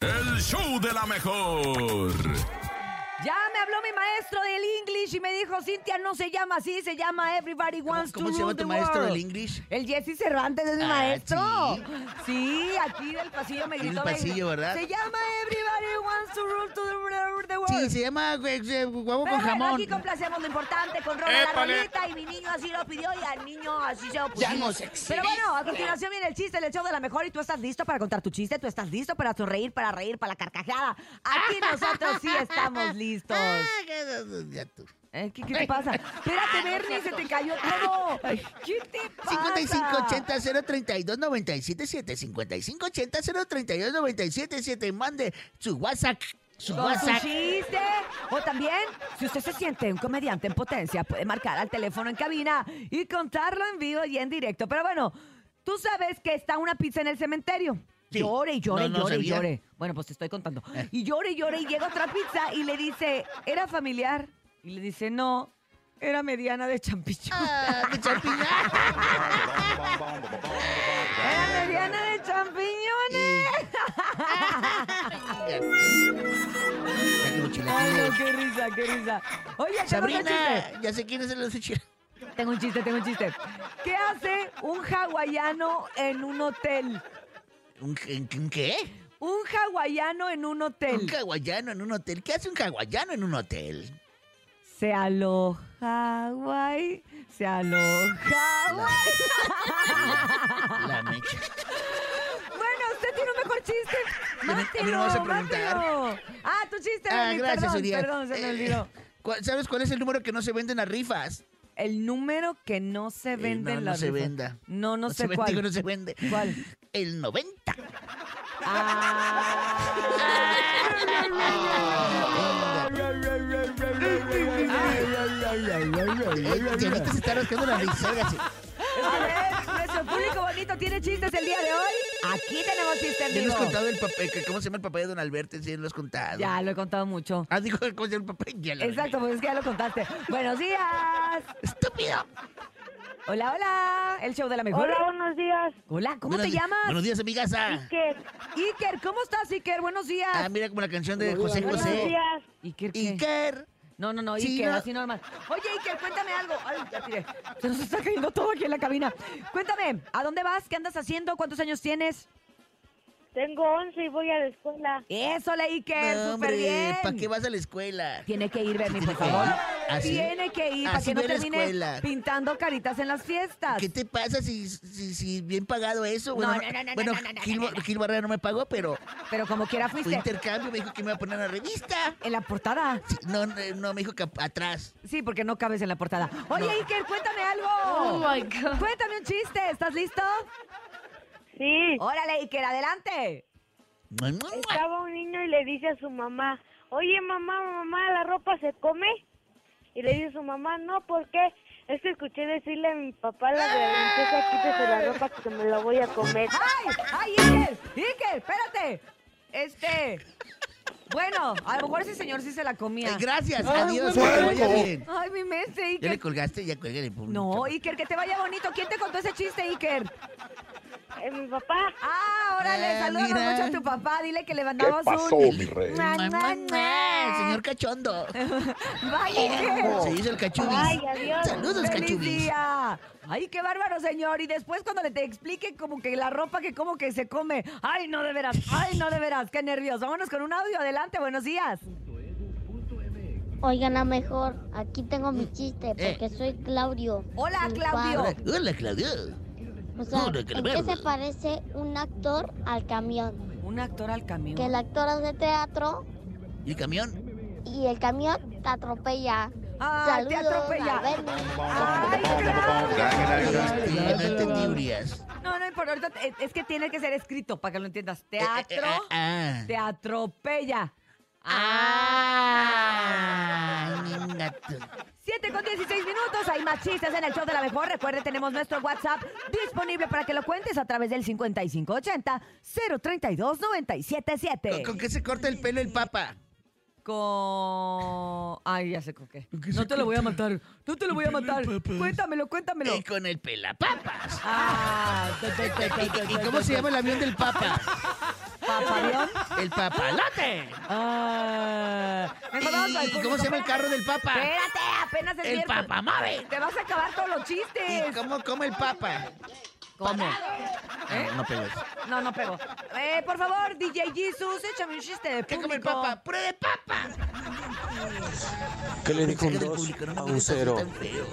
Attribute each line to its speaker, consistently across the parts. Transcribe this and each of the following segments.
Speaker 1: El show de la mejor.
Speaker 2: Ya me habló mi maestro del English y me dijo, Cintia no se llama así, se llama Everybody Wants
Speaker 3: ¿Cómo
Speaker 2: to
Speaker 3: se llama
Speaker 2: Rule
Speaker 3: tu
Speaker 2: the
Speaker 3: maestro
Speaker 2: World".
Speaker 3: del English?
Speaker 2: El Jesse Cervantes es mi
Speaker 3: Ah,
Speaker 2: maestro. Sí. aquí del pasillo me
Speaker 3: Aquí del
Speaker 2: gritó. me
Speaker 3: pasillo,
Speaker 2: dijo,
Speaker 3: ¿verdad?
Speaker 2: Se llama Everybody Wants to Rule to the, the World.
Speaker 3: Sí, se llama eh, eh, huevo
Speaker 2: Pero
Speaker 3: con
Speaker 2: bueno,
Speaker 3: jamón.
Speaker 2: aquí complacemos lo importante con Rola la
Speaker 4: Épale.
Speaker 2: rolita y mi niño así lo pidió y al niño así se lo pusimos.
Speaker 3: nos exhibiste.
Speaker 2: Pero bueno, a continuación viene el chiste, el hecho de la mejor y tú estás listo para contar tu chiste, tú estás listo para sonreír, para reír, para la carcajada. Aquí nosotros sí estamos listos.
Speaker 3: Ah, que- ya tú.
Speaker 2: Eh, ¿Qué, qué te pasa? Espérate, Bernie, se te cayó todo. ¿Qué te pasa?
Speaker 3: 5580-032-977. 5580-032-977. Mande su WhatsApp. Su
Speaker 2: Con su
Speaker 3: WhatsApp.
Speaker 2: chiste. O también, si usted se siente un comediante en potencia, puede marcar al teléfono en cabina y contarlo en vivo y en directo. Pero bueno, tú sabes que está una pizza en el cementerio.
Speaker 3: Sí.
Speaker 2: Llore y llore y
Speaker 3: No, no
Speaker 2: llore y
Speaker 3: sabía. Eh.
Speaker 2: llore. Bueno, pues te estoy contando. Y llore y llore y llega otra pizza y le dice, ¿era familiar? Y le dice, no, era mediana de champichón.
Speaker 3: Ah, de champiñón.
Speaker 2: Era mediana de champiñones.
Speaker 3: Ya que los
Speaker 2: Ay,
Speaker 3: chilaquiles.
Speaker 2: no, qué risa, qué risa. Oye, tengo otro chiste.
Speaker 3: Sabrina, ya sé quién es el chile.
Speaker 2: Tengo un chiste, tengo un chiste. ¿Qué hace un hawaiano en un hotel?
Speaker 3: ¿Un, un- un qué?
Speaker 2: Un hawaiano en un hotel.
Speaker 3: Un hawaiano en un hotel. ¿Qué hace un hawaiano en un hotel?
Speaker 2: Se aloja, guay. Se aloja, guay.
Speaker 3: La mecha.
Speaker 2: Bueno, usted tiene un mejor chiste.
Speaker 3: mí- a mí no me vas a
Speaker 2: Mátelo,
Speaker 3: preguntar.
Speaker 2: mátelo. Ah, tu chiste,
Speaker 3: Ah,
Speaker 2: Bernie,
Speaker 3: gracias,
Speaker 2: perdón,
Speaker 3: Urias.
Speaker 2: perdón, se me
Speaker 3: Eh,
Speaker 2: olvidó.
Speaker 3: ¿cuál- ¿Sabes cuál es el número que no se venden las rifas?
Speaker 2: El número que no se
Speaker 3: no,
Speaker 2: vende en
Speaker 3: Eh, no
Speaker 2: la
Speaker 3: se
Speaker 2: rifa.
Speaker 3: venda.
Speaker 2: No, no,
Speaker 3: No
Speaker 2: sé
Speaker 3: se vende,
Speaker 2: cuál.
Speaker 3: digo, no se vende.
Speaker 2: ¿Cuál?
Speaker 3: El 90.
Speaker 2: Ah.
Speaker 3: Eh, Dianita se está rascando la risa. hágase.
Speaker 2: A ver, nuestro público bonito tiene chistes el día de hoy. Aquí tenemos chistes
Speaker 3: Ya
Speaker 2: vivo.
Speaker 3: nos has contado el papel. que- ¿Cómo se llama el papel de Don Alberto? Sí, lo has contado.
Speaker 2: Ya, lo he contado mucho.
Speaker 3: Ah, dijo, ¿cómo se llama el papel? Ya lo
Speaker 2: Exacto, pues es que ya lo contaste. Buenos días.
Speaker 3: Estúpido.
Speaker 2: Hola, hola. El show de la mejor.
Speaker 5: Hola, buenos días.
Speaker 2: Hola, ¿cómo
Speaker 3: Buenos
Speaker 2: te
Speaker 3: di-
Speaker 2: llamas?
Speaker 3: Buenos días, amigas. Ah,
Speaker 5: ¿Qué?
Speaker 2: Iker, ¿cómo estás, Iker? Buenos días.
Speaker 3: Ah, mira como la canción de José
Speaker 5: Buenos
Speaker 3: José.
Speaker 5: días.
Speaker 2: Iker, ¿qué?
Speaker 3: Iker.
Speaker 2: No, no, no,
Speaker 3: Sí,
Speaker 2: Iker,
Speaker 3: no.
Speaker 2: así normal. Oye, Iker, cuéntame algo. Ay, ya tiré. Se nos está cayendo todo aquí en la cabina. Cuéntame, ¿a dónde vas? ¿Qué andas haciendo? ¿Cuántos años tienes?
Speaker 5: Tengo 11 y voy a la escuela.
Speaker 2: Eso, le Iker,
Speaker 3: No,
Speaker 2: súper bien.
Speaker 3: ¿para qué vas a la escuela?
Speaker 2: Tiene que ir, Bernie,
Speaker 3: tiene
Speaker 2: por
Speaker 3: que
Speaker 2: favor.
Speaker 3: ir. Ah, Así-
Speaker 2: Tiene que ir para
Speaker 3: así
Speaker 2: que no
Speaker 3: ve la
Speaker 2: termine
Speaker 3: escuela.
Speaker 2: pintando caritas en las fiestas.
Speaker 3: ¿Qué te pasa si, si, si bien pagado eso? Bueno,
Speaker 2: no, no, no,
Speaker 3: bueno
Speaker 2: no, no, no,
Speaker 3: Gil,
Speaker 2: no, no.
Speaker 3: Gil Barrera no me pagó, pero
Speaker 2: Pero como quiera
Speaker 3: fue
Speaker 2: fuiste.
Speaker 3: intercambio, me dijo que me iba a poner en la revista.
Speaker 2: En la portada.
Speaker 3: Sí, No, no, no, me dijo que a- atrás.
Speaker 2: Sí, porque no cabes en la portada. Oye,
Speaker 3: No.
Speaker 2: Iker, cuéntame algo. Oh my God. Cuéntame un chiste. ¿Estás listo?
Speaker 5: Sí.
Speaker 3: Oh.
Speaker 2: Órale, Iker, adelante.
Speaker 3: Mua, mua, mua.
Speaker 5: Estaba un niño y le dice a su mamá, oye mamá, mamá, ¿la ropa se come? Y le dice a su mamá, no, ¿por qué? Es que escuché decirle a mi papá la princesa, quítese la ropa que me la voy a comer.
Speaker 3: Ah.
Speaker 2: ¡Ay! ¡Ay, Iker! ¡Iker! ¡Espérate! Este. Bueno, a lo mejor ese señor sí se la
Speaker 3: Ay,
Speaker 2: comía.
Speaker 3: gracias, adiós, que te vaya bien.
Speaker 2: Ay, mi mente,
Speaker 3: Ya le
Speaker 2: Iker.
Speaker 3: colgaste, ya cuélgale. pum,
Speaker 2: No,
Speaker 3: chavo.
Speaker 2: Iker, que te vaya bonito. ¿Quién te contó ese chiste, Iker?
Speaker 5: Eh, mi papá,
Speaker 2: Ah, órale,
Speaker 3: Ah,
Speaker 2: saludos
Speaker 3: mira.
Speaker 2: mucho a tu papá. Dile que le mandamos un. Mua,
Speaker 3: Mua,
Speaker 2: mua,
Speaker 3: mua, mua,
Speaker 2: mua.
Speaker 3: Señor cachondo. Ah,
Speaker 2: Bye, Iker.
Speaker 3: Se hizo el cachubis.
Speaker 5: Ay, adiós.
Speaker 3: Saludos,
Speaker 2: ¡Feliz
Speaker 3: cachubis.
Speaker 2: día! ¡Ay, qué bárbaro, señor! Y después cuando le te explique como que la ropa que como que se come. ¡Ay, no de veras! ¡Ay, no de veras! ¡Qué nervios! Vámonos con un audio. Adelante, buenos días.
Speaker 6: Oigan, a mejor, aquí tengo mi chiste porque soy Claudio.
Speaker 2: Hola,
Speaker 6: Sin
Speaker 2: Claudio.
Speaker 6: pan.
Speaker 3: Hola, hola, Claudio.
Speaker 6: O sea,
Speaker 3: Hola,
Speaker 6: ¿en qué se
Speaker 3: Claudio.
Speaker 6: parece un actor al camión?
Speaker 2: Un actor al camión.
Speaker 6: Que el actor hace teatro
Speaker 3: ¿Y el camión?
Speaker 6: y el camión te atropella.
Speaker 2: ¡Ay, te
Speaker 6: Saludos,
Speaker 2: atropella!
Speaker 6: Albert.
Speaker 2: ¡Ay,
Speaker 3: Este,
Speaker 2: Claudio!
Speaker 3: no entendí, Urias.
Speaker 2: No, no, por ahorita eh, es que tiene que ser escrito para que lo entiendas.
Speaker 3: Eh, eh,
Speaker 2: Teatro,
Speaker 3: ah, ah.
Speaker 2: te atropella.
Speaker 3: Ah, venga tú.
Speaker 2: 7 con 16 minutos, hay más chistes en el show de la mejor. Recuerde, tenemos nuestro WhatsApp disponible para que lo cuentes a través del 5580-032-977.
Speaker 3: ¿Con, con qué se corta el pelo el papa?
Speaker 2: Con... Ay, ya sé con qué.
Speaker 3: ¿Con qué
Speaker 2: No
Speaker 3: se
Speaker 2: te lo voy a
Speaker 3: corta?
Speaker 2: matar, no te lo voy a matar.
Speaker 3: papas.
Speaker 2: Cuéntamelo, cuéntamelo.
Speaker 3: Eh, con el pelapapas.
Speaker 2: Ah, ta, ta, ta, ta, ta,
Speaker 3: ¿Y, y
Speaker 2: ta,
Speaker 3: cómo
Speaker 2: ta,
Speaker 3: se
Speaker 2: ta.
Speaker 3: llama el avión del papa?
Speaker 2: ¿Papavión?
Speaker 3: El papalote.
Speaker 2: Ah, mejor vamos al
Speaker 3: ¿Y, y cómo se llama el
Speaker 2: público.
Speaker 3: carro del papa?
Speaker 2: Espérate, apenas es
Speaker 3: El
Speaker 2: miércoles.
Speaker 3: papamave.
Speaker 2: Te vas a acabar todos los
Speaker 3: ¿Y
Speaker 2: chistes.
Speaker 3: cómo come el papa? ¿Cómo?
Speaker 2: ¿Eh?
Speaker 3: No, no pegues.
Speaker 2: No, no pego. Eh, por favor, DJ Jesus, échame un chiste de
Speaker 3: ¿Qué
Speaker 2: público.
Speaker 3: come el papa? ¡Pura de papa!
Speaker 7: ¿Qué le dijo un
Speaker 3: Mensaje del
Speaker 7: 2
Speaker 3: público, no me
Speaker 7: a un
Speaker 3: gusta, soy
Speaker 7: 0?
Speaker 3: tan feo.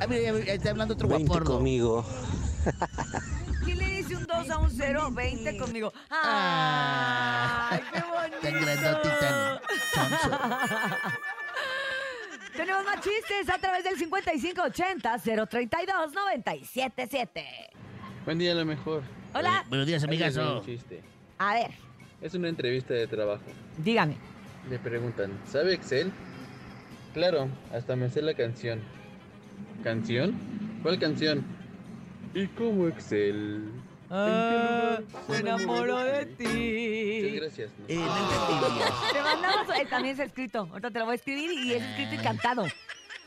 Speaker 3: Ah, mira, ya- ya está hablando otro
Speaker 7: Vente
Speaker 3: guapordo.
Speaker 7: conmigo.
Speaker 2: ¿Quién le dice un 2 a un 0? 20 conmigo.
Speaker 3: Ah.
Speaker 2: ¡Ay, qué bonito!
Speaker 3: Tan grandote y tan choncho.
Speaker 2: Tenemos más chistes a través del 5580-032-977.
Speaker 8: Buen día, lo mejor.
Speaker 2: Hola.
Speaker 3: Eh, Buenos días,
Speaker 8: Ahí les va
Speaker 3: amigazo.
Speaker 8: un chiste.
Speaker 2: A ver,
Speaker 8: Es una entrevista de trabajo.
Speaker 2: dígame.
Speaker 8: Le preguntan, ¿sabe Excel? Claro, hasta me sé la canción. ¿Canción? ¿Cuál canción? ¿Y cómo Excel?
Speaker 3: Ah,
Speaker 2: Ah,
Speaker 8: ¿En qué lugar se Muchas
Speaker 2: ti.
Speaker 8: gracias. ¿no?
Speaker 3: Eh, no entendí.
Speaker 2: Te mandamos. eh, también es escrito. Ahorita te lo voy a escribir y es escrito y cantado.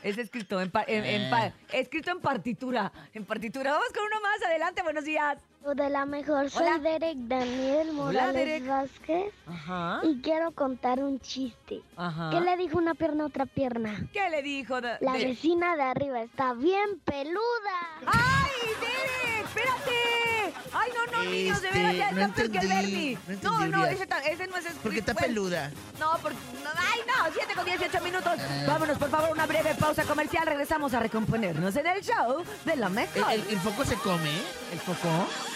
Speaker 2: Es escrito en, pa- en-
Speaker 6: Eh.
Speaker 2: en pa- escrito en partitura. En partitura. Vamos con uno más. Adelante, buenos días.
Speaker 6: De la mejor, soy
Speaker 2: Hola.
Speaker 6: Derek Daniel Morales
Speaker 2: Derek. Ah.
Speaker 6: Vázquez
Speaker 2: Ajá.
Speaker 6: y quiero contar un chiste.
Speaker 2: Ajá.
Speaker 6: ¿Qué le dijo una pierna a otra pierna?
Speaker 2: ¿Qué le dijo? de-
Speaker 6: La
Speaker 2: de-
Speaker 6: vecina de arriba está bien peluda.
Speaker 2: ¡Ay, Derek! ¡Espérate! ¡Ay, no, no, niños! De
Speaker 3: Este,
Speaker 2: veras, ya
Speaker 3: no
Speaker 2: está peor que el
Speaker 3: entendí,
Speaker 2: Bernie.
Speaker 3: no
Speaker 2: No,
Speaker 3: entendí,
Speaker 2: no,
Speaker 3: Urias.
Speaker 2: ese, ta- ese no es escrito.
Speaker 3: Porque está
Speaker 2: bueno,
Speaker 3: peluda.
Speaker 2: No, porque. no, ¡Ay, no! 7 con 18 minutos.
Speaker 3: Ah.
Speaker 2: Vámonos, por favor, una breve pausa comercial. Regresamos a recomponernos en el show de la
Speaker 3: El,
Speaker 2: mejor.
Speaker 3: el- el foco se come, ¿eh? El foco.